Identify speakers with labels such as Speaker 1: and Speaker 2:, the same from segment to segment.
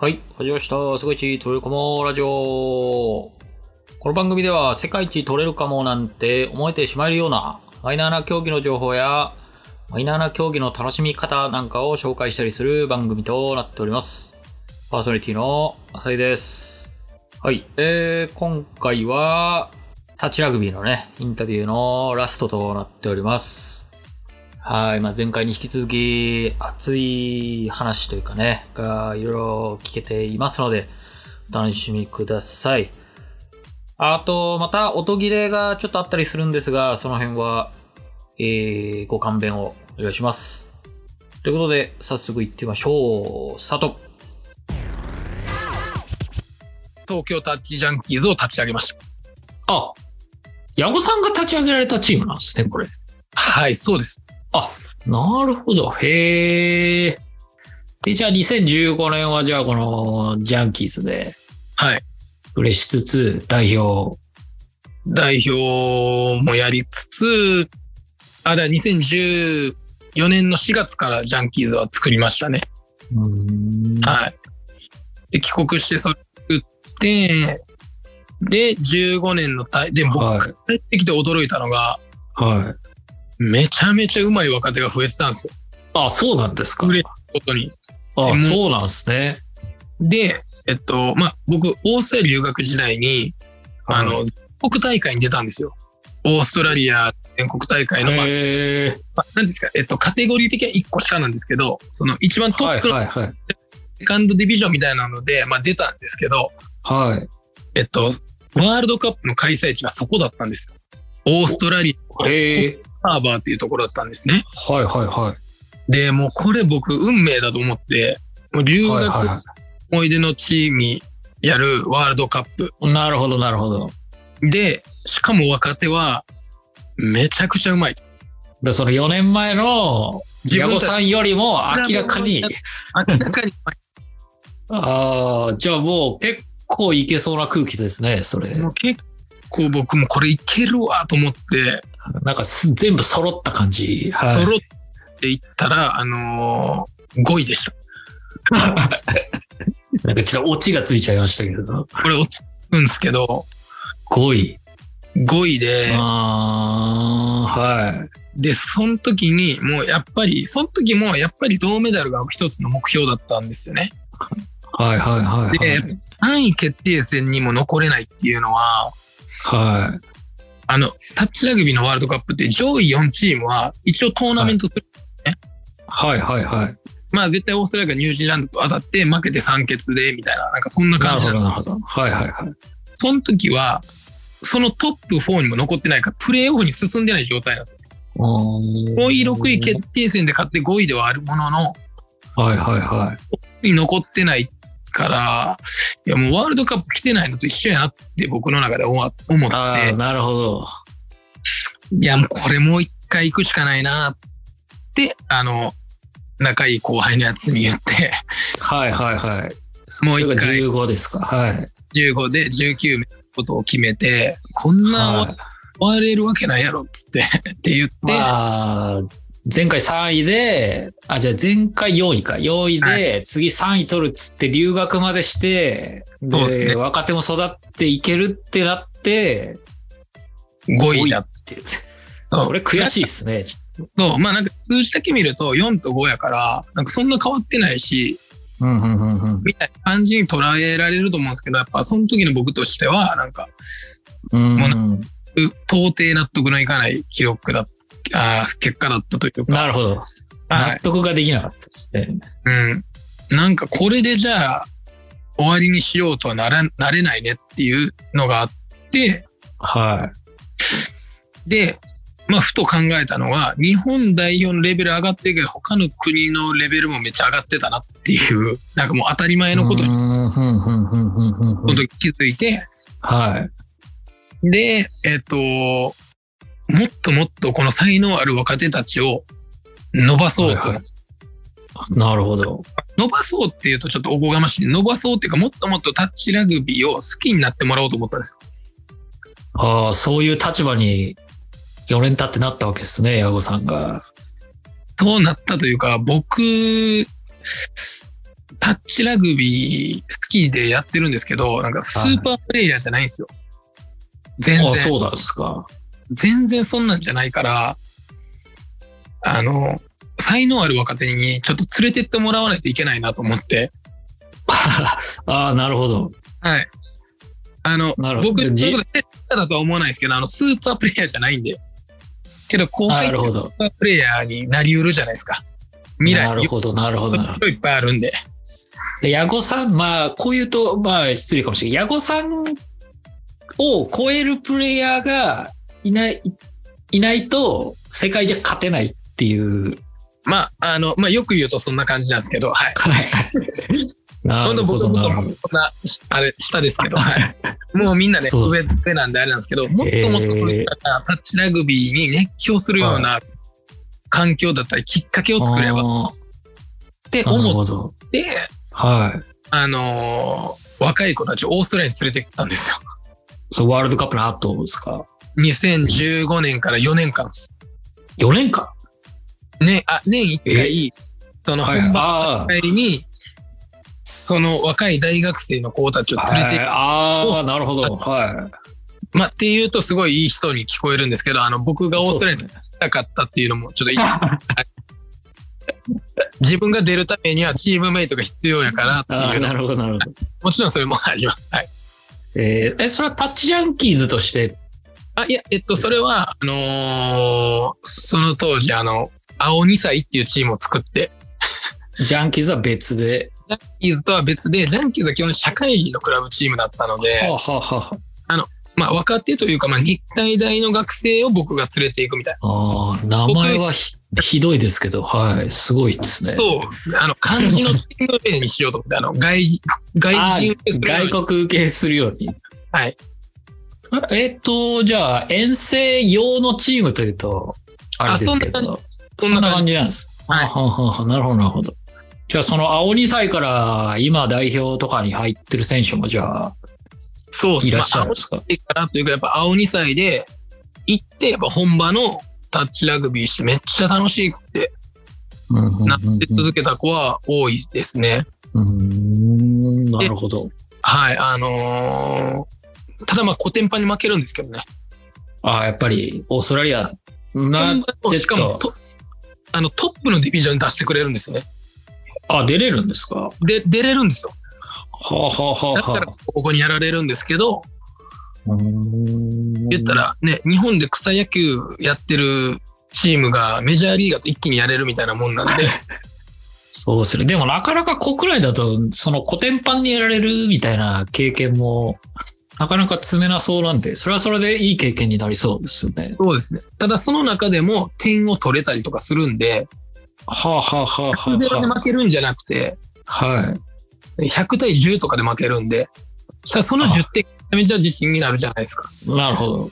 Speaker 1: はい、始まりました。世界一取れるかもラジオ。この番組では世界一取れるかもなんて思えてしまえるようなマイナーな競技の情報やマイナーな競技の楽しみ方なんかを紹介したりする番組となっております。パーソナリティの浅井です。はい、えー、今回はタッチラグビーのね、インタビューのラストとなっております。はい。まあ、前回に引き続き、熱い話というかね、が、いろいろ聞けていますので、お楽しみください。あと、また、音切れがちょっとあったりするんですが、その辺は、えー、ご勘弁をお願いします。ということで、早速行ってみましょう。スタート
Speaker 2: 東京タッチジャンキーズを立ち上げました。
Speaker 1: あ、矢後さんが立ち上げられたチームなんですね、これ。
Speaker 2: はい、そうです。
Speaker 1: なるほど。へえ。で、じゃあ2015年はじゃあこのジャンキーズで、
Speaker 2: はい。
Speaker 1: プレしつつ代表。
Speaker 2: 代表もやりつつ、あ、だから2014年の4月からジャンキーズは作りましたね。
Speaker 1: うーん。
Speaker 2: はい。で、帰国してそれ作って、で、15年の大、で、僕
Speaker 1: はい
Speaker 2: 帰ってきて驚いたのが、
Speaker 1: はい。
Speaker 2: めちゃめちゃうまい若手が増えてたんですよ。
Speaker 1: あ、そうなんですか。
Speaker 2: 嬉しいことに。
Speaker 1: あ、
Speaker 2: うん
Speaker 1: そうなんですね。
Speaker 2: で、えっと、まあ、僕、オーストラリア留学時代に、あ
Speaker 1: は
Speaker 2: の、全国大会に出たんですよ。オーストラリア全国大会の、まあ、
Speaker 1: へえ。
Speaker 2: まあなんですか、えっと、カテゴリー的は1個しかなんですけど、その一番ト
Speaker 1: は
Speaker 2: ッ
Speaker 1: い
Speaker 2: プの
Speaker 1: はいはい。
Speaker 2: セカンドディビジョンみたいなので、まあ、出たんですけど、
Speaker 1: はい。
Speaker 2: えっと、ワールドカップの開催地がそこだったんですよ。オーストラリ
Speaker 1: へえ。
Speaker 2: ア、ハーバーっていうところだったんですね。
Speaker 1: はいはいは
Speaker 2: で、もうこれ僕、運命だと思って、もう留
Speaker 1: い。はい
Speaker 2: 学
Speaker 1: は
Speaker 2: 思い出のチームにやるワールドカップ。
Speaker 1: い。なるほどなるほど。
Speaker 2: で、しかも若手は、めちゃくちゃうまい。
Speaker 1: で、その4年前の
Speaker 2: 自
Speaker 1: 矢
Speaker 2: 分
Speaker 1: 後
Speaker 2: たち
Speaker 1: さんよりも明らかに、
Speaker 2: 明らかにうま
Speaker 1: ああ、じゃあもう結構いけそうな空気ですね、それ。
Speaker 2: い。もう結構僕もこれいけるわと思って、
Speaker 1: なんかす全部揃った感じ。は
Speaker 2: 揃っていったら、あのー5位でした。
Speaker 1: い。 なんかちょっとオチがついちゃいましたけど。
Speaker 2: これ落ちるんですけど、
Speaker 1: 5位。
Speaker 2: 5位で、
Speaker 1: ああ、はい。
Speaker 2: で、その時に、もうやっぱり、その時もやっぱり銅メダルが一つの目標だったんですよね。
Speaker 1: はいはいはい、はい。
Speaker 2: 3位決定戦にも残れないっていうのは、
Speaker 1: は
Speaker 2: あの、タッチラグビーのワールドカップって上位4チームは一応トーナメントする。
Speaker 1: い。はいはいはい。
Speaker 2: まあ絶対オーストラリア、ニュージーランドと当たって負けて3決で、みたいな、なんかそんな
Speaker 1: な
Speaker 2: 感
Speaker 1: る
Speaker 2: じ
Speaker 1: ほ
Speaker 2: な
Speaker 1: ど
Speaker 2: の
Speaker 1: なるほど。はいはいはい。
Speaker 2: その時は、そのトップ4にも残ってないから、プレーオフに進んでない状態なんですよ。5
Speaker 1: 5
Speaker 2: 位、6位決定戦で勝って5位ではあるものの、
Speaker 1: はいはいはい。
Speaker 2: に残ってないから、いやもうワールドカップ来てないのと一緒やなって僕の中で思わ思っ
Speaker 1: ああ、
Speaker 2: て、
Speaker 1: なるほど。
Speaker 2: いやもうこれもう一回行くしかないなって、あの、仲いい後輩のやつに言って、
Speaker 1: はいはいはい。
Speaker 2: もう
Speaker 1: それ
Speaker 2: 一
Speaker 1: が
Speaker 2: 回
Speaker 1: 15ですか。はい。
Speaker 2: 15で19名のことを決めて、こんな
Speaker 1: はい
Speaker 2: 終われるわけないやろっつって って言って、
Speaker 1: まあ、前回3位で、あ、じゃあ前回4位か。4位
Speaker 2: は
Speaker 1: で、次3位取るっつって留学までして、で
Speaker 2: そうっすね
Speaker 1: 若手も育っていけるってなって、
Speaker 2: 5位だっ
Speaker 1: っていう
Speaker 2: そう
Speaker 1: それ悔しいですね。
Speaker 2: そう、まあなんか数字だけ見ると4と5やから、なんかそんな変わってないし、
Speaker 1: うんうんうんうん
Speaker 2: みたいな感じに捉えられると思うんですけど、やっぱその時の僕としては、なんか、
Speaker 1: うん
Speaker 2: もう
Speaker 1: うん。
Speaker 2: う到底納得のいかない記録だっあー結果だったというか、
Speaker 1: なるほど。
Speaker 2: は
Speaker 1: 納
Speaker 2: い。
Speaker 1: 得ができなかったですね。
Speaker 2: うん。なんかこれでじゃあ、終わりにしようとはならなれないねっていうのがあって、
Speaker 1: は
Speaker 2: で、まあ、ふと考えたのは、日本代表のレベル上がってるけど、他の国のレベルもめっちゃ上がってたなっていう、なんかもう当たり前
Speaker 1: い。
Speaker 2: のことに、
Speaker 1: うんうんうんうんうんうんうん
Speaker 2: その時気づいて、
Speaker 1: はい。
Speaker 2: で、えっ、と、もっともっとこの才能ある若手たちを伸ばそうと。
Speaker 1: はいはいなるほど。
Speaker 2: 伸ばそうっていうとちょっとおこがましい。伸ばそうっていうか、もっともっとタッチラグビーを好きになってもらおうと思ったんですよ。
Speaker 1: ああ、そういう立場に4年経ってなったわけですね、矢後さんが。
Speaker 2: そうなったというか、僕、タッチラグビー好きでやってるんですけど、なんかスーパープレイヤーじゃないんですよ。全
Speaker 1: あ、
Speaker 2: 然、
Speaker 1: そうなんですか。
Speaker 2: 全然そんなんじゃないから、あの、才能ある若手にちょっと連れてってもらわないといけないなと思って、
Speaker 1: ああ、なるほど。
Speaker 2: はい。あの、
Speaker 1: なるほど
Speaker 2: 僕、そう
Speaker 1: じ
Speaker 2: いうことでだとは思わないですけど、あの、スーパープレイヤーじゃないんで。けど、後輩
Speaker 1: なる
Speaker 2: っ
Speaker 1: ほ
Speaker 2: てス
Speaker 1: ど
Speaker 2: ーパープレイヤーになりうるじゃないですか。未来
Speaker 1: なるほど、なるほど。なるほ
Speaker 2: いっぱいあるんで。
Speaker 1: ど矢後さん、まあ、こういうと、まあ、失礼かもしれない。矢後さんを超えるプレイヤーがいない、いないと、世界じゃ勝てないって いう。
Speaker 2: まあ、あの、まあ、よく言うとそんな感じなんですけど、はい。
Speaker 1: な
Speaker 2: 本当
Speaker 1: るほ
Speaker 2: 僕
Speaker 1: ど、
Speaker 2: も
Speaker 1: な
Speaker 2: と
Speaker 1: る
Speaker 2: も
Speaker 1: ほ
Speaker 2: と
Speaker 1: ど。
Speaker 2: こんな、あれ、下ですけど、 はい。もうみんなね、
Speaker 1: そう
Speaker 2: 上、上なんであれなんですけど、もっともっとそういったタッチラグビーに熱狂するような環境だったり、きっかけを作ればっ
Speaker 1: あ
Speaker 2: て
Speaker 1: ーなる
Speaker 2: 思っ
Speaker 1: ほど。
Speaker 2: て、
Speaker 1: はい。
Speaker 2: あのー若い子たちをオーストラリアに連れてったんですよ。
Speaker 1: そう、ワールドカップの後ですか。
Speaker 2: 2015年から4年間です。
Speaker 1: 4年間
Speaker 2: ね、あ、年1回、その本番
Speaker 1: あ
Speaker 2: 会に、その若い大学生の子たちを
Speaker 1: あ、
Speaker 2: 連れて、
Speaker 1: はいああ、なるほど。はい。
Speaker 2: まあっていうとすごいいい人に聞こえるんですけど、あの、僕がオーストラリアに行
Speaker 1: そう
Speaker 2: きたかったっていうのも、ちょっといい
Speaker 1: ですね
Speaker 2: 自分が出るためにはチームメイトが必要やからって
Speaker 1: ああ、
Speaker 2: いうの
Speaker 1: なるほど、なるほど。
Speaker 2: もちろんそれもあります。はい。
Speaker 1: えーえ、それはタッチジャンキーズとして、
Speaker 2: あ、いや、えっと、それは、あのーその当時、あの、青2歳っていうチームを作って、
Speaker 1: ジャンキーズは別で。
Speaker 2: ジャンキーズとは別で、ジャンキーズは基本社会人のクラブチームだったので、
Speaker 1: はあ、はあは
Speaker 2: まあ、若手というか、まあ、日体大の学生を僕が連れていくみたいな。
Speaker 1: あ、あー名前はひひどいですけど、はい、すごいですね。
Speaker 2: そうですね。あの、漢字のチーム名にしようと思って、あの、外人、
Speaker 1: あ
Speaker 2: 外人です
Speaker 1: ー外国受けするように。
Speaker 2: はい。
Speaker 1: あえっと、じゃあ、遠征用のチームというと、あれですけ
Speaker 2: あそんな
Speaker 1: ど、
Speaker 2: じ
Speaker 1: そんな感じなんです。
Speaker 2: はい
Speaker 1: はあはあはあなるほど、なるほど。じゃあ、その青2歳から今代表とかに入ってる選手も、じゃあ、
Speaker 2: そうです
Speaker 1: い
Speaker 2: ね。
Speaker 1: ら
Speaker 2: ま
Speaker 1: っしゃ
Speaker 2: あ
Speaker 1: るん、ですか
Speaker 2: 青いからというか、やっぱ青2歳で行って、やっぱ本場のタッチラグビーしてめっちゃ楽しいって
Speaker 1: うんうんうんうん
Speaker 2: なって続けた子は多いですね。
Speaker 1: うーん、なるほど。
Speaker 2: はい、あのーただまあ、コテンパに負けるんですけどね。
Speaker 1: ああ、やっぱり、オーストラリア、な
Speaker 2: 本場のしかも
Speaker 1: Z
Speaker 2: ト、あの、トップのディビジョンに出してくれるんですよね。
Speaker 1: あ、出れるんですかは
Speaker 2: で、出れるんですよ。
Speaker 1: あ、はあは
Speaker 2: だ
Speaker 1: あ
Speaker 2: か
Speaker 1: は
Speaker 2: ら、ここにやられるんですけ
Speaker 1: あ。
Speaker 2: ど、
Speaker 1: 言
Speaker 2: 言った、らね、日本で草野球やってるチームがメジャーリーガーと一気にやれるみたいなもんなんで、
Speaker 1: そうする。でもなかなか国内だと、その古典版にやられるみたいな経験も、なかなか積めなそうなんで、それはそれでいい経験になりそうですよね。
Speaker 2: そうですね。ただその中でも点を取れたりとかするんで、
Speaker 1: はあはあはあは
Speaker 2: ゼロで
Speaker 1: あは
Speaker 2: 負けるんじゃなくて、
Speaker 1: あ。はい。
Speaker 2: 100対10とかで負けるんで、したらその10点めちゃめちゃ自信になるじゃないですか。
Speaker 1: なるほど。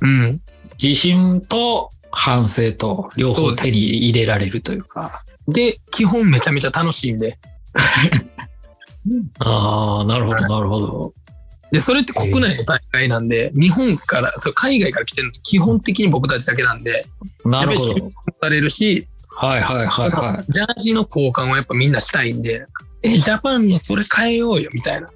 Speaker 2: うん。
Speaker 1: 自信と反省と両
Speaker 2: そう
Speaker 1: 方
Speaker 2: です
Speaker 1: 手に入れられるというか。
Speaker 2: で、基本めちゃめちゃ楽しいんで。
Speaker 1: ああ、なるほど、なるほど。
Speaker 2: で、それって国内の大会なんで、日本から、そう海外から来てるの基本的に僕たちだけなんで、
Speaker 1: なるほ
Speaker 2: やっぱり
Speaker 1: ど。
Speaker 2: されるし、
Speaker 1: はいはいはいは
Speaker 2: ジャージの交換をやっぱみんなしたいんで、え、ジャパンのそれ変えようよ、みたいな。
Speaker 1: い。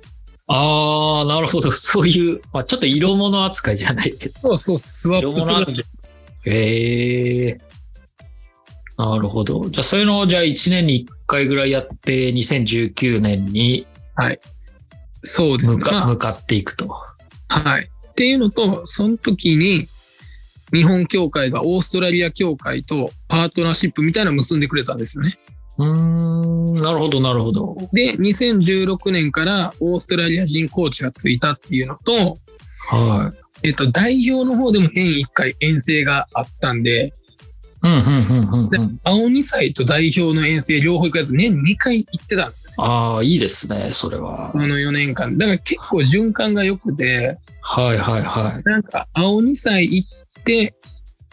Speaker 1: ああ、なるほど。 そういう、まあ、ちょっと色物扱いじゃないけど。
Speaker 2: そうそう、スワ
Speaker 1: 色
Speaker 2: ップす
Speaker 1: 物
Speaker 2: るんで
Speaker 1: 扱。い。へえ。なるほど。じゃあ、そういうのを、じゃあ、1年に1回ぐらいやって、2019年に
Speaker 2: そうです
Speaker 1: 向
Speaker 2: ね。
Speaker 1: か,、
Speaker 2: まあ
Speaker 1: 向かっていくと。
Speaker 2: はい。っていうのと、その時に、日本協会がオーストラリア協会とパートナーシップみたいなのを結んでくれたんですよね。
Speaker 1: うーん、なるほど、なるほど。
Speaker 2: で、2016年からオーストラリア人コーチがついたっていうのと、
Speaker 1: はい。
Speaker 2: えっと、代表の方でも年1回遠征があったんで、
Speaker 1: うん、うん、うん、うんうん。
Speaker 2: 青2歳と代表の遠征両方行くやつ年2回行ってたんですよね。
Speaker 1: ああ、いいですね、それは。
Speaker 2: この4年間。だから結構循環が良くて、
Speaker 1: はいはいはい。
Speaker 2: なんか青2歳行って、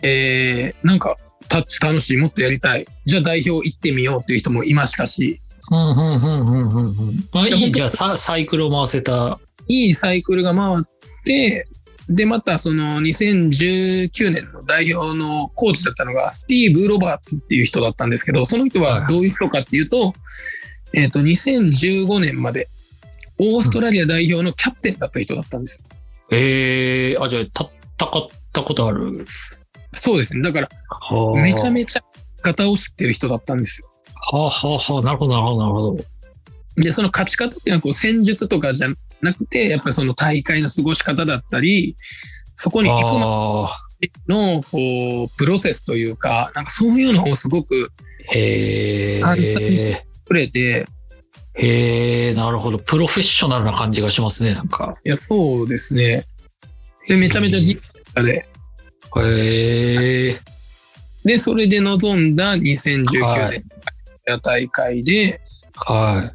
Speaker 2: えー、なんかタッチ楽しい、もっとやりたい。じゃあ代表行ってみようっていう人もいましたし、
Speaker 1: うん、うん、うん、うん、うんうん。まあ、い
Speaker 2: いや本
Speaker 1: い、
Speaker 2: 当
Speaker 1: じゃあ、ササイクルを回せた。
Speaker 2: いいサイクルが回って、で、またその2019年の代表のコーチだったのがスティーブ・ロバーツっていう人だったんですけど、その人はどういう人かっていうと、えっ、と、2015年まで、オーストラリア代表のキャプテンだった人だったんです。
Speaker 1: ええー、あ、じゃあ、戦ったことある。
Speaker 2: そうですね。だから、
Speaker 1: は
Speaker 2: めちゃ
Speaker 1: め
Speaker 2: めちゃ方を知ってる人だったんですよ。
Speaker 1: はあ、はあ、はあ、なるほど、なるほど、なるほど。
Speaker 2: で、その勝ち方っていうのはこう戦術とかじゃなくて、やっぱりその大会の過ごし方だったり、そこに行くま
Speaker 1: ああ、
Speaker 2: での、こう、プロセスというか、なんかそういうのをすごく
Speaker 1: へえ。
Speaker 2: 簡単にしくれて、
Speaker 1: へえ、なるほど。プロフェッショナルな感じがしますね、なんか。
Speaker 2: いや、そうですね。で、めちゃめちゃ実家で。
Speaker 1: へえ。
Speaker 2: で、それで臨んだ2019
Speaker 1: は
Speaker 2: 年アジア大会で、
Speaker 1: は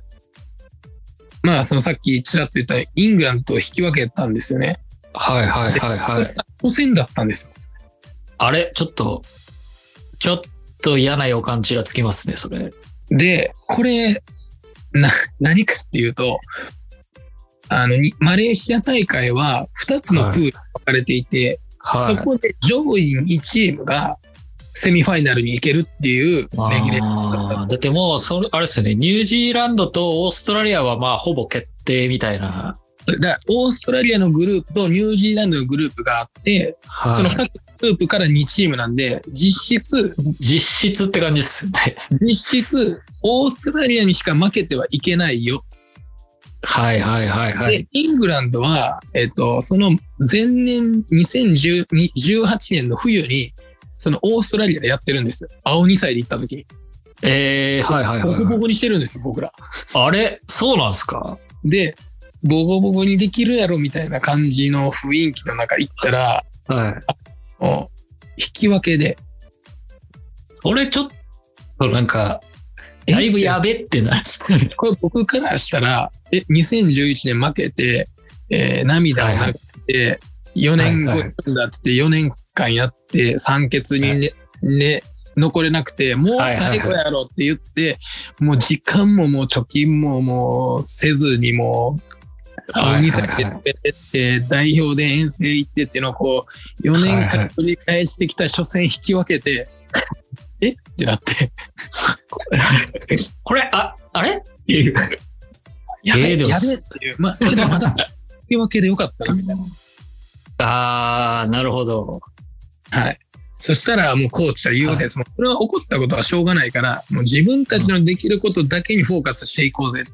Speaker 2: まあ、そのさっきちらっと言ったイングランドと引き分けたんですよね。
Speaker 1: い。はい、はい、はい、はい。
Speaker 2: 当選だったんですよ。
Speaker 1: あれちょっと、ちょっと嫌な予感ちらつきますね、それ。
Speaker 2: で、これ、な、何かっていうと、あの、にマレーシア大会は2つのプールに分かれていて、
Speaker 1: はい。
Speaker 2: そこで上位2チームがセミファイナルに行けるっていうレギュレーションだったんです
Speaker 1: あーだってもう、それ、あれですよね、ニュージーランドとオーストラリアはまあ、ほぼ決定みたいな。
Speaker 2: だからオーストラリアのグループとニュージーランドのグループがあって、
Speaker 1: はい、
Speaker 2: その各グループから2チームなんで、実質、
Speaker 1: 実質って感じですよ ね。
Speaker 2: 実質、オーストラリアにしか負けてはいけないよ。
Speaker 1: はいはいはいはい。
Speaker 2: で、イングランドは、えっ、と、その前年2018年の冬に、そのオーストラリアでやってるんですよ。青2歳で行った時に。
Speaker 1: えー、はいはいはい
Speaker 2: ボコ
Speaker 1: は
Speaker 2: ボ
Speaker 1: い。
Speaker 2: コにしてるんですよ、僕ら。
Speaker 1: あれそうなんですか
Speaker 2: で、ボコボコにできるやろみたいな感じの雰囲気の中行ったら、
Speaker 1: はい。
Speaker 2: もう引き分けで、
Speaker 1: それちょっとなんか、だいぶやべってな。
Speaker 2: これ僕からしたら、え、2011年負けて、えー涙を流して、4年後
Speaker 1: はいは
Speaker 2: なんだっつって4年間やって、酸欠にね、ね、残れなくて、もう最後やろって言って、もう時間ももう貯金ももうせずにもう、青2歳で
Speaker 1: はいはいはい
Speaker 2: 出てって、代表で遠征行ってっていうのをこう、4年
Speaker 1: はいは
Speaker 2: 間
Speaker 1: い
Speaker 2: 取り返してきた初戦引き分けて、えってなって、
Speaker 1: これ、あ、あれっていう。
Speaker 2: やべえ、
Speaker 1: えーで
Speaker 2: やべ
Speaker 1: も
Speaker 2: えっていう。 まあ、けどまだ、引き分けでよかったな、みたいな。
Speaker 1: あー、なるほど。
Speaker 2: はい。そしたらもうコーチは言うわけです。もうこれは怒ったことはしょうがないから、もう自分たちのできることだけにフォーカスしていこうぜ。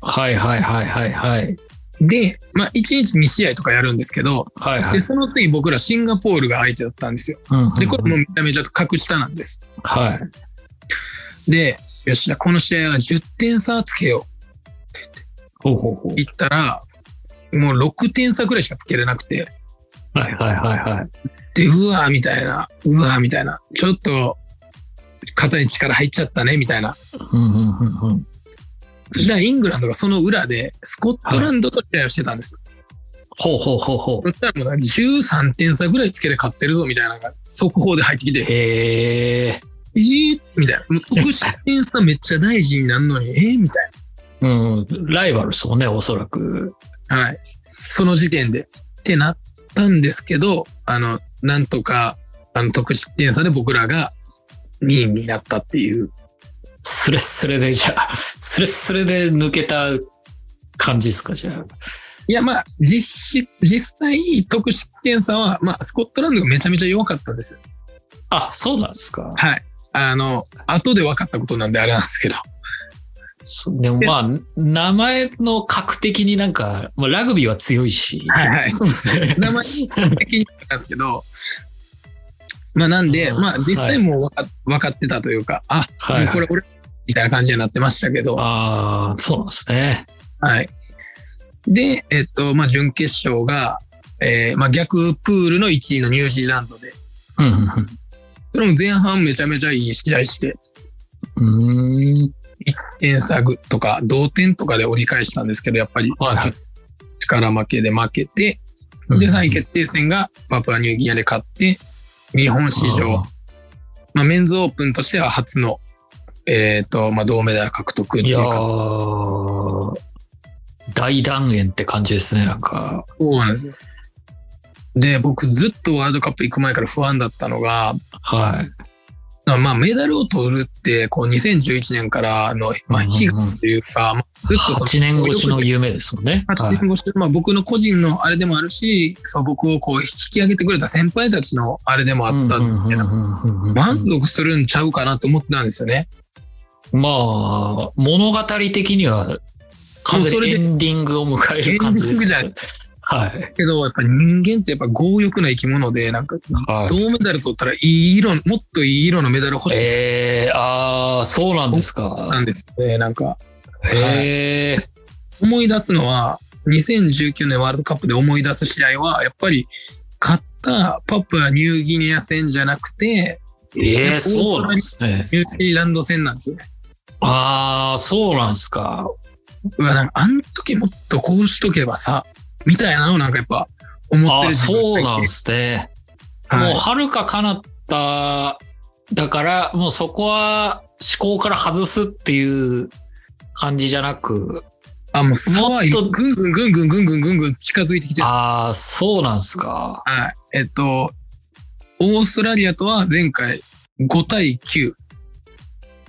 Speaker 1: はいはいはいはいはい。
Speaker 2: で、まあ1日2試合とかやるんですけど、
Speaker 1: はいはい
Speaker 2: で、。その次僕らシンガポールが相手だったんですよ。
Speaker 1: うんうんうん
Speaker 2: で、これもうめちゃめちゃ格下なんです。
Speaker 1: はい。
Speaker 2: で、よし、じゃあこの試合は10点差つけよ
Speaker 1: ほうほうほ
Speaker 2: う。いったら、もう6点差ぐらいしかつけれなくて、
Speaker 1: う。はいはいはいはい。
Speaker 2: で、うわーみたいな、うわーみたいな、ちょっと肩に力入っちゃったね、みたいな。
Speaker 1: うんうんうんうん。
Speaker 2: そしたらイングランドがその裏で、スコットランドと試合をしてたんです。
Speaker 1: ほうほうほうほう。
Speaker 2: そしたらもう13点差ぐらいつけて勝ってるぞみたいなのが速報で入ってきて、
Speaker 1: へえ。
Speaker 2: えー、みたいな。もう得点差めっちゃ大事になるのに、えー、みたい
Speaker 1: うん、ライバルそうね、おそらく。
Speaker 2: な。はい。その時点で。ってなったんですけど、あの、なんとか、あの、得失点差で僕らが2位になったっていう。
Speaker 1: スレスレで、じゃあ、スレスレで抜けた感じですか、じゃ
Speaker 2: いや、まあ、実施、実際、得失点差は、まあ、スコットランドがめちゃめちゃ弱かったんですよ。
Speaker 1: あ。あ、そうなんですか。
Speaker 2: はい。あの、後で分かったことなんであれなんですけど。
Speaker 1: そでもまあ、名前の格的になんか、まあ、ラグビーは強いし。
Speaker 2: はいはい、そうですね。名前的になんですけど、まあなんで、
Speaker 1: うん
Speaker 2: まあ実際もう分か,、分かってたというか、あ、
Speaker 1: はい。
Speaker 2: もうこれ俺、みたいな感じになってましたけど、は
Speaker 1: ああ、そうなんですね。
Speaker 2: い。で、えっと、まあ準決勝が、えーまあ逆プールの1位のニュージーランドで、
Speaker 1: うん
Speaker 2: それも前半めちゃめちゃいい試合して、
Speaker 1: うんうん。うーん。
Speaker 2: 点差ぐとか同点とかで折り返したんですけど、やっぱり、ま
Speaker 1: はい
Speaker 2: あ
Speaker 1: はい
Speaker 2: ちょっと力負けで負けて、で、3位決定戦がパプアニューギニアで勝って、日本史上
Speaker 1: あ
Speaker 2: まあ、メンズオープンとしては初の、えっ、と、まあ、銅メダル獲得っ
Speaker 1: ー。
Speaker 2: て
Speaker 1: い
Speaker 2: いう
Speaker 1: や
Speaker 2: か、
Speaker 1: ー大断円って感じですね、なんか。
Speaker 2: そうなんですよ。で、僕ずっとワールドカップ行く前から不安だったのが、
Speaker 1: はい。
Speaker 2: まあ、メダルを取るって、こう、2011年からの、まあ、悲
Speaker 1: うんうんうん
Speaker 2: 願というか、まあずっとその、
Speaker 1: 8年越しの夢ですもんね。
Speaker 2: 8年越しで、まあ、僕の個人のあれでもあるし、そう、僕をこう、引き上げてくれた先輩たちのあれでもあったんで、満
Speaker 1: 満
Speaker 2: 足するんちゃうかなと思ってたんですよね。
Speaker 1: まあ、物語的には、完全にエンディングを迎える感じです
Speaker 2: エンディ
Speaker 1: ね
Speaker 2: ングじゃないで
Speaker 1: はい。
Speaker 2: けど、やっぱ人間ってやっぱ強欲な生き物で、なんか、
Speaker 1: はい
Speaker 2: 銅メダル取ったらいい色、もっといい色のメダル欲しい
Speaker 1: えー、ああ、そうなんです
Speaker 2: な
Speaker 1: か。
Speaker 2: んですよね。なんか、
Speaker 1: へえー、
Speaker 2: 思い出すのは、2019年ワールドカップで思い出す試合は、やっぱり、勝ったパプアニューギニア戦じゃなくて、
Speaker 1: えー、そうなんですね。
Speaker 2: ニュージーランド戦なんですよね。
Speaker 1: ああ、そうなんですか。
Speaker 2: うわ、なんか、あん時もっとこうしとけばさ、みたいなのをなんかやっぱ、思
Speaker 1: あ
Speaker 2: って
Speaker 1: あ、
Speaker 2: る自分
Speaker 1: そう
Speaker 2: が
Speaker 1: なん
Speaker 2: い
Speaker 1: で
Speaker 2: て
Speaker 1: すね。
Speaker 2: は
Speaker 1: もう、
Speaker 2: い
Speaker 1: はるか彼方だから、もうそこは思考から外すっていう感じじゃなく、
Speaker 2: あ、もう、差は
Speaker 1: もっと
Speaker 2: ぐんぐんぐんぐんぐんぐんぐんぐん近づいてきてる
Speaker 1: ああ、そうなんですか。
Speaker 2: はい。えっと、オーストラリアとは前回5対9。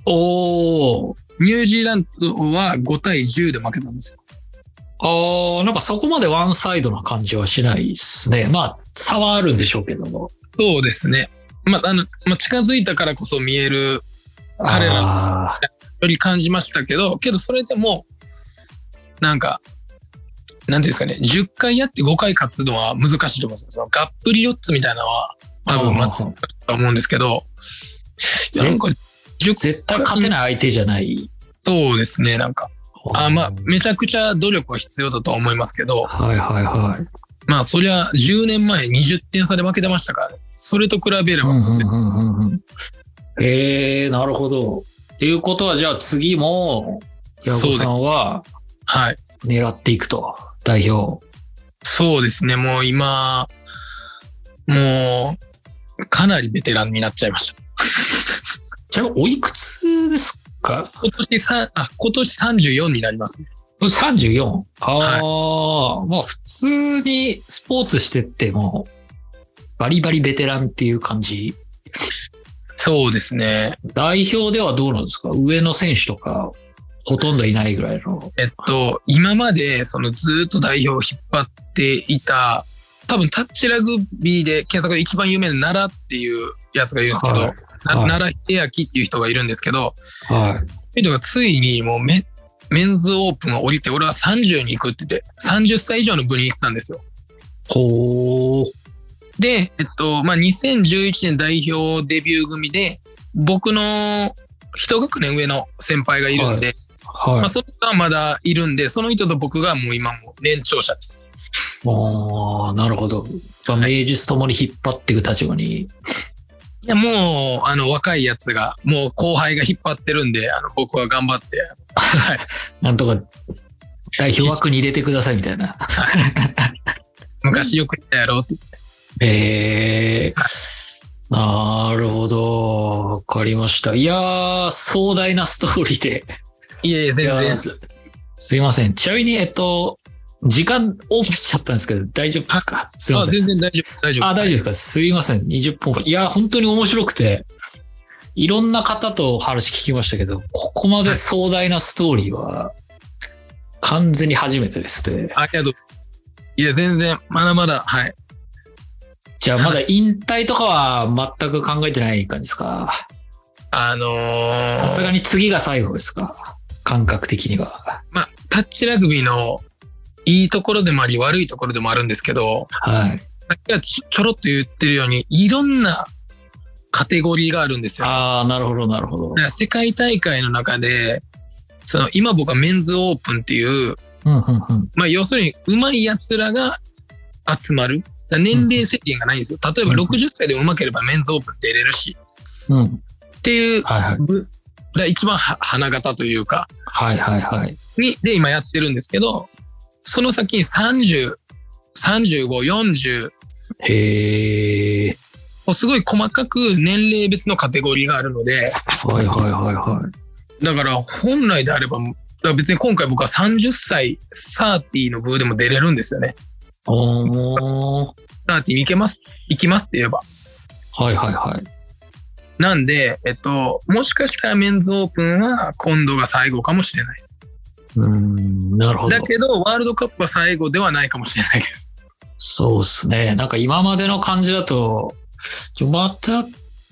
Speaker 1: おー。
Speaker 2: ニュージーランドは5対10で負けたんですよ。
Speaker 1: ああ、なんかそこまでワンサイドな感じはしないですね。まあ、差はあるんでしょうけども。
Speaker 2: そうですね。まあ、あの、まあ、近づいたからこそ見える彼ら
Speaker 1: ら。
Speaker 2: より感じましたけど、けどそれでも、なんか、なんていうんですかね、10回やって5回勝つのは難しいと思うんですよ。そのがっぷり4つみたいなのは多分ま
Speaker 1: あー
Speaker 2: た思うんですけど、いやなんか10
Speaker 1: 絶対勝てない相手じゃない。
Speaker 2: そうですね、なんか。あまあ、めちゃくちゃ努力は必要だとは思いますけど、
Speaker 1: はいはいはい。
Speaker 2: まあ、そりゃ10年前20点差で負けてましたから、ね、それと比べれば、
Speaker 1: うんうんうんうんえー、なるほど。っていうことは、じゃあ次も、矢
Speaker 2: そう
Speaker 1: 後
Speaker 2: です
Speaker 1: さんは
Speaker 2: はい。
Speaker 1: 狙っていくと、代表。
Speaker 2: そうですね、もう今、もう、かなりベテランになっちゃいました。
Speaker 1: ちなみにおいくつですか
Speaker 2: 今年さあ、今年34になりますね。
Speaker 1: ?34。ああ、まあ普通にスポーツしてっても、バリバリベテランっていう感じ。
Speaker 2: そうですね。
Speaker 1: 代表ではどうなんですか上の選手とか、ほとんどいないぐらいの。
Speaker 2: えっと、今まで、そのずっと代表を引っ張っていた、多分タッチラグビーで検索で一番有名な奈良っていうやつがいるんですけど、
Speaker 1: はい
Speaker 2: な
Speaker 1: はい
Speaker 2: 奈良秀明っていう人がいるんですけど、
Speaker 1: はい。
Speaker 2: ビルがついにもうメメンズオープンを降りて俺は30に行くって言って30歳以上の部に行ったんですよ。
Speaker 1: ほー。
Speaker 2: で、えっとまあ、2011年代表デビュー組で僕の一学年上の先輩がいるんで、
Speaker 1: はい
Speaker 2: まあ、。その人はまだいるんでその人と僕がもう今もう年長者です。
Speaker 1: ああ、なるほど。まあ、名実ともに引っ張っていく立場に。
Speaker 2: いやもうあの若いやつがもう後輩が引っ張ってるんであの僕は頑張って
Speaker 1: なんとか、代表枠に入れてくださいみたいな。
Speaker 2: 昔よく言ったやろうって
Speaker 1: ええ なるほど。わかりました。いやー、壮大なストーリーで。
Speaker 2: いやいや全
Speaker 1: いや
Speaker 2: 然
Speaker 1: ーす。すいません。ちなみに、えっと、時間オーバーしちゃったんですけど、大丈夫ですかすいま
Speaker 2: あ
Speaker 1: せん。
Speaker 2: 全然大丈夫大丈夫
Speaker 1: あ、大丈
Speaker 2: 夫
Speaker 1: 夫ですかすいません。20分ほどいや、本当に面白くて、いろんな方と話聞きましたけど、ここまで壮大なストーリーは、完全に初めてですね。
Speaker 2: ありがとういや全然まだまだはい
Speaker 1: じゃあ、まだ引退とかは全く考えてない感じですか
Speaker 2: あのー
Speaker 1: さすがに次が最後ですか感覚的には。
Speaker 2: まあ、タッチラグビーのいいところでもあり、悪いところでもあるんですけど、
Speaker 1: はい。
Speaker 2: さっきはちょちょろっと言ってるように、いろんなカテゴリーがあるんですよ。だ
Speaker 1: ああ、なるほど、なるほど
Speaker 2: か。ら世界大会の中で、その今僕はメンズオープンっていう、
Speaker 1: うん、うん、うん。
Speaker 2: まあ要するに上手い奴らが集まる。だから年齢制限がないんですよ。例えば
Speaker 1: うん
Speaker 2: 60歳でも上手ければメンズオープンって入れるし、
Speaker 1: うん。
Speaker 2: っていう、だか
Speaker 1: はいはい。
Speaker 2: ら一番は花形というか、
Speaker 1: はいはいはい。
Speaker 2: に、で今やってるんですけど、その先に30、35、40、
Speaker 1: へえ。
Speaker 2: こうすごい細かく年齢別のカテゴリーがあるので、
Speaker 1: はいはいはいはい。
Speaker 2: だから本来であれば、だから別に今回僕は30歳、30の部でも出れるんですよね。
Speaker 1: おー。
Speaker 2: 30に行けます、行きますって言えば。
Speaker 1: はいはいはい。
Speaker 2: なんで、えっと、もしかしたらメンズオープンは今度が最後かもしれないです。
Speaker 1: うん、なるほど
Speaker 2: だ。けど、ワールドカップは最後ではないかもしれないです。
Speaker 1: そうですね。なんか今までの感じだと、ちょまた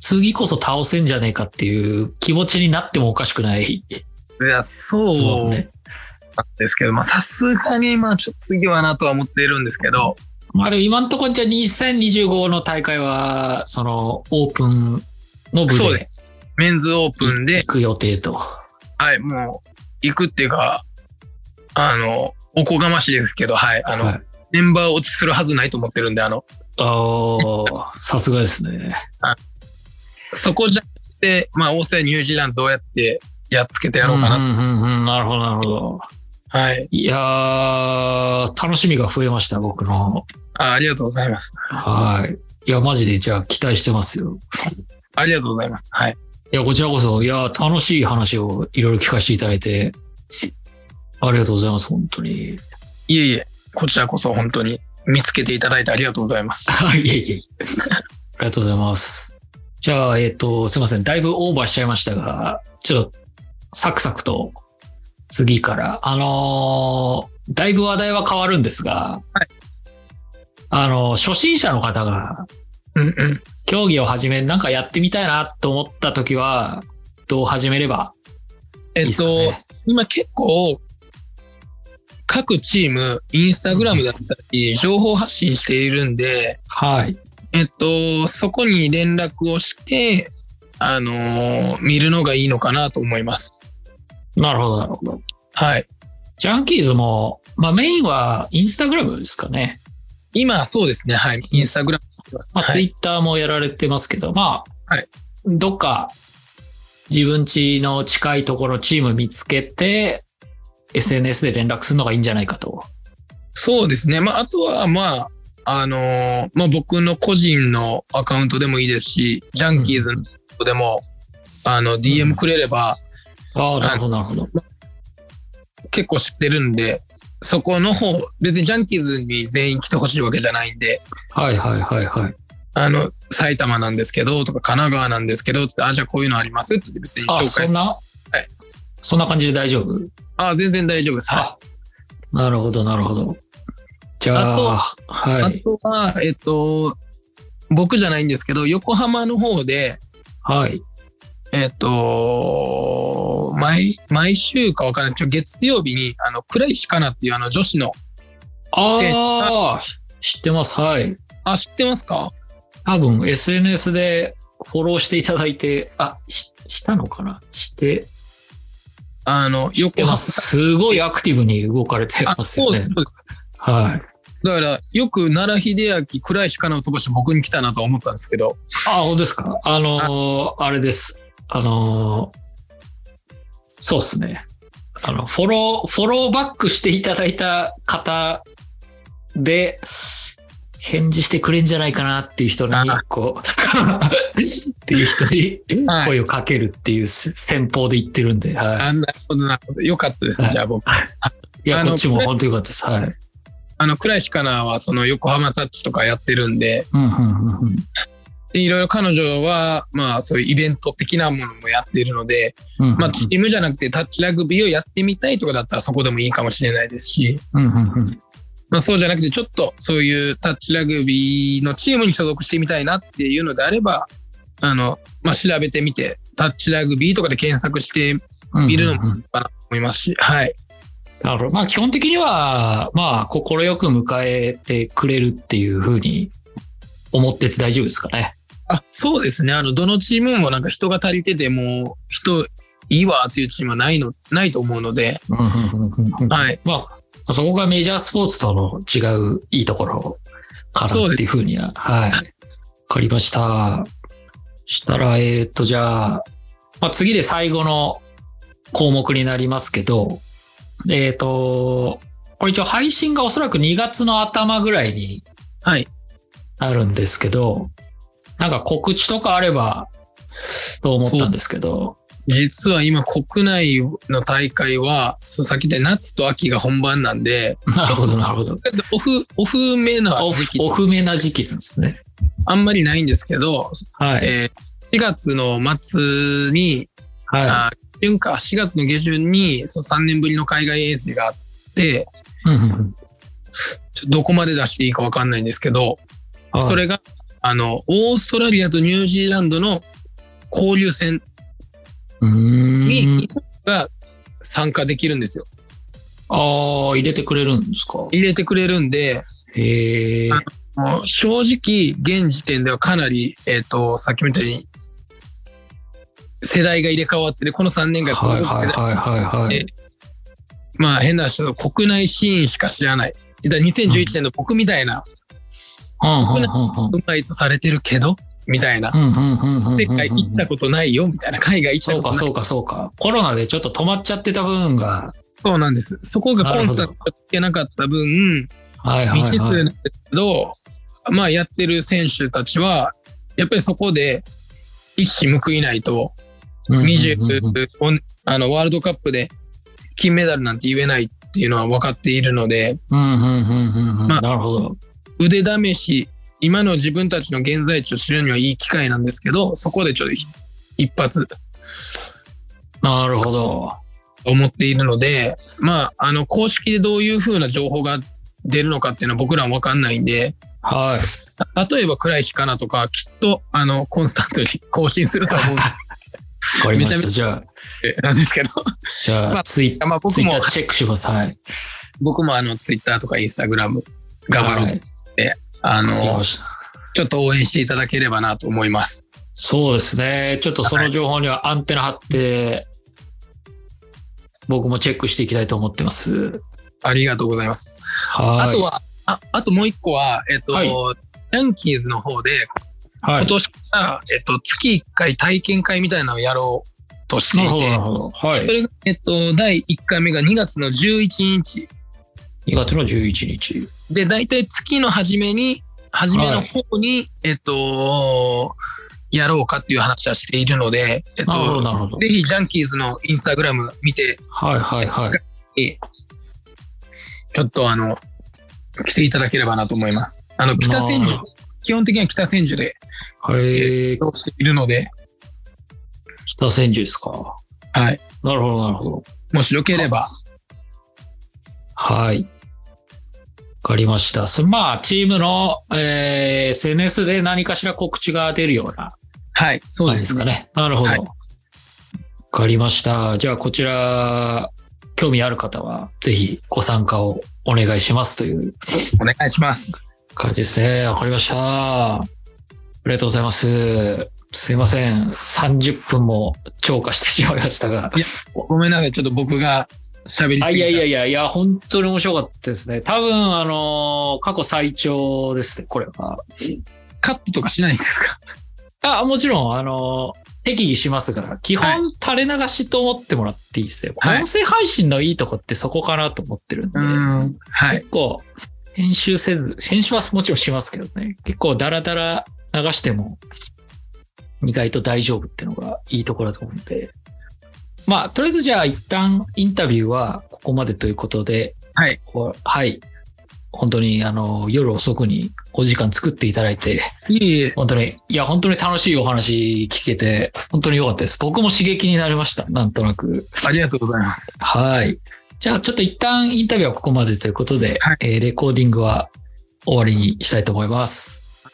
Speaker 1: 次こそ倒せんじゃねえかっていう気持ちになってもおかしくない。
Speaker 2: いや、そう
Speaker 1: そうね。
Speaker 2: なんですけど、まあ、さすがに、まあ、ちょっと次はなとは思っているんですけど、
Speaker 1: まあでも今のところじゃあ2025の大会は、そのオープンの部
Speaker 2: そう
Speaker 1: で
Speaker 2: でメンズオープンで
Speaker 1: 行、く予定と。
Speaker 2: はい、もう、行くっていうか、あの、おこがましいですけど、はい、あの、
Speaker 1: はい
Speaker 2: メンバー落ちするはずないと思ってるんで、あの、
Speaker 1: ああ、さすがですね。
Speaker 2: そこじゃなくて、まあ、オーストラリア、ニュージーランドどうやってやっつけてやろうかな。
Speaker 1: うんうんうんうん、なるほど、なるほど。
Speaker 2: はい
Speaker 1: いやー、楽しみが増えました、僕の。
Speaker 2: あ。ありがとうございます。
Speaker 1: はい。いや、マジで、じゃあ期待してますよ。
Speaker 2: ありがとうございます。はい。
Speaker 1: いや、こちらこそ、いや、楽しい話をいろいろ聞かせていただいて、ありがとうございます、本当に。
Speaker 2: いえいえ、こちらこそ本当に見つけていただいてありがとうございます。
Speaker 1: はい、いえいえ。ありがとうございます。じゃあ、えっ、と、すいません。だいぶオーバーしちゃいましたが、ちょっと、サクサクと、次から。あのーだいぶ話題は変わるんですが、
Speaker 2: はい
Speaker 1: あの初心者の方が、
Speaker 2: うんうん。
Speaker 1: 競技を始め、なんかやってみたいなと思った時は、どう始めればい
Speaker 2: え
Speaker 1: いで
Speaker 2: っ
Speaker 1: す
Speaker 2: と、
Speaker 1: か、ね、
Speaker 2: 今結構、各チーム、インスタグラムだったり、情報発信しているんで、
Speaker 1: はい。
Speaker 2: えっと、そこに連絡をして、あのー見るのがいいのかなと思います。
Speaker 1: なるほど、なるほど。
Speaker 2: はい。
Speaker 1: ジャンキーズも、まあメインはインスタグラムですかね。
Speaker 2: 今、そうですね。はい。インスタグラムです。
Speaker 1: まあ、
Speaker 2: は
Speaker 1: ツ
Speaker 2: い
Speaker 1: イッターもやられてますけど、まあ、
Speaker 2: はい
Speaker 1: どっか自分家の近いところチーム見つけて、SNS で連絡するのがいいんじゃないかと。
Speaker 2: そうですね。まあ、あとは、まあ、あのーまあ、僕の個人のアカウントでもいいですし、ジャンキーズのアカウントでも、あの、
Speaker 1: うん
Speaker 2: DM くれれば、
Speaker 1: ああ、なるほど、なるほど。
Speaker 2: 結構知ってるんで、そこの方、別にジャンキーズに全員来てほしいわけじゃないんで、
Speaker 1: はいはいはいはい。
Speaker 2: あの、埼玉なんですけど、とか神奈川なんですけど、ってあ、じゃあこういうのありますって言って別に
Speaker 1: あ、
Speaker 2: 紹介
Speaker 1: そん
Speaker 2: す
Speaker 1: な、そんな感じで大丈夫
Speaker 2: あ、全然大丈夫です。はい
Speaker 1: あ、なるほど、なるほど。じゃあ、
Speaker 2: あと
Speaker 1: は
Speaker 2: あ
Speaker 1: い。
Speaker 2: とは、えっと、僕じゃないんですけど、横浜の方で、
Speaker 1: はい。
Speaker 2: えっと、毎、毎週かわからない。ちょ月曜日に、あの、倉石かなっていうあの女子の、せ
Speaker 1: ああ、知ってます。はい。
Speaker 2: あ、知ってますか
Speaker 1: 多分 SNS でフォローしていただいて、あ、ししたのかなして、
Speaker 2: あの、横
Speaker 1: ま
Speaker 2: 浜
Speaker 1: あ。すごいアクティブに動かれて
Speaker 2: あ、
Speaker 1: ますよ
Speaker 2: そう
Speaker 1: ね
Speaker 2: で。す。そうです
Speaker 1: はい。
Speaker 2: だから、よく奈良秀明、倉石かなを飛ばして僕に来たなとは思ったんですけど、
Speaker 1: あ、本当ですか。あのーあれです。あのーそうですね。あの、フォロー、フォローバックしていただいた方で、返事してくれんじゃないかなっていう人に
Speaker 2: あ、
Speaker 1: こう、っていう人に
Speaker 2: はい
Speaker 1: 声をかけるっていう戦法で言ってるんで、はい。
Speaker 2: あんなことなこと、よかったです
Speaker 1: はい
Speaker 2: ね。じゃあ僕。
Speaker 1: いや、
Speaker 2: あの
Speaker 1: こっちも本当よかったです。はい。
Speaker 2: あの、倉石かなは、その横浜タッチとかやってるんで、
Speaker 1: うん、うん、うんうん。
Speaker 2: でいろいろ彼女は、まあ、そういうイベント的なものもやっているので、
Speaker 1: うんうん
Speaker 2: まあ、チームじゃなくてタッチラグビーをやってみたいとかだったらそこでもいいかもしれないですし、
Speaker 1: うんうんうん
Speaker 2: まあ、そうじゃなくてちょっとそういうタッチラグビーのチームに所属してみたいなっていうのであれば、あの、まあ、調べてみて、タッチラグビーとかで検索して
Speaker 1: うん。
Speaker 2: 見るのも
Speaker 1: うんうんうん
Speaker 2: 思いますし、はい。
Speaker 1: なるほど。まあ基本的には、まあ快く迎えてくれるっていうふうに思ってて大丈夫ですかね。
Speaker 2: あ、そうですね。あの、どのチームもなんか人が足りてても、人いいわっていうチームはないの、ないと思うので、
Speaker 1: ま
Speaker 2: はい。
Speaker 1: あそこがメジャースポーツとの違ういいところかなっていうふうには、はい。わかりました。したら、えっ、と、じゃあ、まあ次で最後の項目になりますけど、えっ、と、これ一応配信がおそらく2月の頭ぐらいに
Speaker 2: はい。
Speaker 1: あるんですけど、なんか告知とかあれば、と思ったんですけど。
Speaker 2: 実は今国内の大会は、そうさっき言った夏と秋が本番なんで、
Speaker 1: なるほど、なるほど。
Speaker 2: だってオフ、オフめな
Speaker 1: オフ
Speaker 2: 時期、
Speaker 1: オフめな時期なんですね。
Speaker 2: あんまりないんですけど、
Speaker 1: はい。
Speaker 2: えー4月の末に、
Speaker 1: は
Speaker 2: あ下旬か、4月の下旬に、その3年ぶりの海外遠征があって、
Speaker 1: い。うんうん
Speaker 2: ちょっとどこまで出していいかわかんないんですけど、
Speaker 1: うん
Speaker 2: それが、あの、オーストラリアとニュージーランドの交流戦
Speaker 1: う
Speaker 2: に
Speaker 1: ーん
Speaker 2: 日。本が参加できるんですよ。
Speaker 1: ああ、入れてくれるんですか。
Speaker 2: 入れてくれるんで、
Speaker 1: へえ。
Speaker 2: あもう正直、現時点ではかなり、えっ、と、さっきみたいに、世代が入れ替わってる、この3年間すご
Speaker 1: はい
Speaker 2: く世代
Speaker 1: はいはいはいはい。
Speaker 2: でまあ変な話だと国内シーンしか知らない。だから2011年の僕みたいな、
Speaker 1: う
Speaker 2: うまいとされてるけど、みたいな。
Speaker 1: んうんうんうんうんうんうんうんうん
Speaker 2: 世界行ったことないよ、みたいな。海外行った
Speaker 1: そう
Speaker 2: こと
Speaker 1: か
Speaker 2: ない。
Speaker 1: そうかそうか。コロナでちょっと止まっちゃってた部分が。
Speaker 2: そうなんです。そこがコンスタントに行けなかった分、
Speaker 1: はいはい
Speaker 2: 未知数な
Speaker 1: は
Speaker 2: ん
Speaker 1: い。
Speaker 2: ですけど、まあやってる選手たちは、やっぱりそこで一矢報いないと、
Speaker 1: うんうんうんうん
Speaker 2: 25あのワールドカップで金メダルなんて言えないっていうのは分かっているので、
Speaker 1: うんうんうんうんうん。
Speaker 2: まあ
Speaker 1: なるほど。
Speaker 2: 腕試し、今の自分たちの現在地を知るにはいい機会なんですけど、そこでちょっと一一発
Speaker 1: なるほど。
Speaker 2: 思っているので、まあ、あの、公式でどういう風な情報が出るのかっていうのは僕らはわかんないんで、
Speaker 1: はい。
Speaker 2: た例えば暗い日かなとか、きっと、あの、コンスタントに更新すると思うん
Speaker 1: わかりま
Speaker 2: め
Speaker 1: し
Speaker 2: ちゃ
Speaker 1: た。
Speaker 2: め
Speaker 1: じゃあ、
Speaker 2: で、なんですけど、
Speaker 1: じゃ
Speaker 2: ま
Speaker 1: あ、
Speaker 2: あ
Speaker 1: ツイ
Speaker 2: まあ
Speaker 1: ツ
Speaker 2: 僕
Speaker 1: イッ
Speaker 2: も
Speaker 1: ター、チェックしてください。
Speaker 2: 僕もあの、ツイッターとかインスタグラム、頑張ろうと、
Speaker 1: はい
Speaker 2: あ
Speaker 1: わかり
Speaker 2: の
Speaker 1: ま、した
Speaker 2: ちょっと応援していただければなと思います。
Speaker 1: そうですね。ちょっとその情報にはアンテナ張って、僕もチェックしていきたいと思ってます。
Speaker 2: ありがとうございます。
Speaker 1: はい。
Speaker 2: あとは、あ、あともう一個は、えっと、
Speaker 1: はい
Speaker 2: ヤンキーズの方で、
Speaker 1: は
Speaker 2: 今
Speaker 1: い、
Speaker 2: 年から、えっと、月1回体験会みたいなのをやろうとして
Speaker 1: なる
Speaker 2: い
Speaker 1: ほど、な
Speaker 2: て
Speaker 1: る、ほど。は
Speaker 2: そ
Speaker 1: い。
Speaker 2: れが、えっと、第1回目が2月の11日。
Speaker 1: 2月の11日。
Speaker 2: で、大体月の初めに、初めの方に、えっと、やろうかっていう話はしているので、えっ
Speaker 1: なるほど、
Speaker 2: と、
Speaker 1: なるほど。
Speaker 2: ぜひ、ジャンキーズのインスタグラム見て、
Speaker 1: はいはいはい。
Speaker 2: ちょっとあの、来ていただければなと思います。あの、北千住
Speaker 1: なる、
Speaker 2: 基本的には北千住で
Speaker 1: ほど。へえ
Speaker 2: 移動しているので、
Speaker 1: 北千住ですか。
Speaker 2: はい。
Speaker 1: なるほど、なるほど。
Speaker 2: もしよければ、
Speaker 1: はい。わかりました。そまあ、チームの、えー SNS で何かしら告知が出るような
Speaker 2: はい、そう
Speaker 1: 感
Speaker 2: で
Speaker 1: じです
Speaker 2: す
Speaker 1: か
Speaker 2: ね。
Speaker 1: ね。なるほど。わ、
Speaker 2: はい
Speaker 1: かりました。じゃあ、こちら、興味ある方は、ぜひご参加をお願いしますという
Speaker 2: お願いします。
Speaker 1: 感じですね。わかりました。ありがとうございます。すいません。30分も超過してしまいましたが。
Speaker 2: ごめんなさい、ちょっと僕が喋り
Speaker 1: あ
Speaker 2: す
Speaker 1: い
Speaker 2: ぎた。
Speaker 1: やいやいや、いや、本当に面白かったですね。多分、あのー過去最長ですね、これは。
Speaker 2: カットとかしないんですか
Speaker 1: あ、もちろん、あのー適宜しますが、基
Speaker 2: はい
Speaker 1: 本垂れ流しと思ってもらっていいですね。
Speaker 2: はい
Speaker 1: 音声配信のいいとこってそこかなと思ってるんで、
Speaker 2: ん。はい。
Speaker 1: 結構、編集せず、編集はもちろんしますけどね、結構ダラダラ流しても、意外と大丈夫っていうのがいいところだと思うんで、まあ、とりあえずじゃあ一旦インタビューはここまでということで、
Speaker 2: はい。
Speaker 1: こうはい。本当に、あの、夜遅くにお時間作っていただいて、
Speaker 2: いえいえ、
Speaker 1: 本当に、いや、本当に楽しいお話聞けて、本当に良かったです。僕も刺激になりました。なんとなく。
Speaker 2: ありがとうございます。
Speaker 1: はい。じゃあ、ちょっと一旦インタビューはここまでということで、
Speaker 2: はい
Speaker 1: えーレコーディングは終わりにしたいと思います。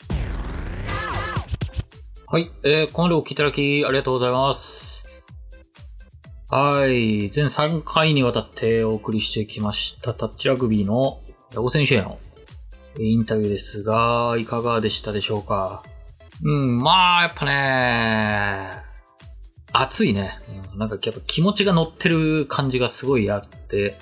Speaker 3: はい、えー、ここまでお聞きいただきありがとうございます。はい、全3回にわたってお送りしてきましたタッチラグビーの大選手へのえーインタビューですが、いかがでしたでしょうかうん、まあ、やっぱね、熱いね。うんなんかやっぱ気持ちが乗ってる感じがすごいあって、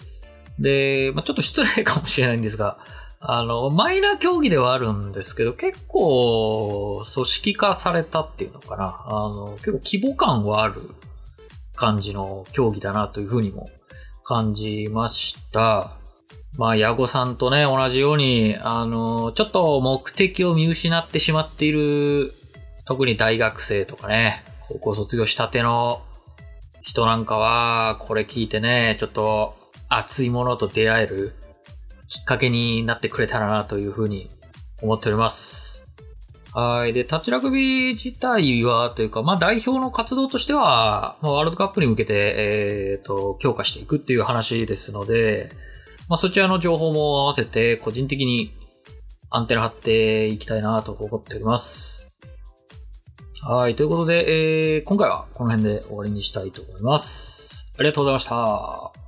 Speaker 3: で、まあ、ちょっと失礼かもしれないんですが、あの、マイナー競技ではあるんですけど、結構、組織化されたっていうのかな。あの、結構規模感はある感じの競技だなというふうにも感じました。まあ、矢後さんとね、同じように、あの、ちょっと目的を見失ってしまっている、特に大学生とかね、高校卒業したての人なんかは、これ聞いてね、ちょっと熱いものと出会えるきっかけになってくれたらなというふうに思っております。
Speaker 1: はい。で、タッチラグビー自体は、というか、まあ、代表の活動としては、まあ、ワールドカップに向けて、えっ、ー、と、強化していくっていう話ですので、まあ、そちらの情報も合わせて、個人的にアンテナ張っていきたいなと思っております。はい。ということで、えー、今回はこの辺で終わりにしたいと思います。ありがとうございました。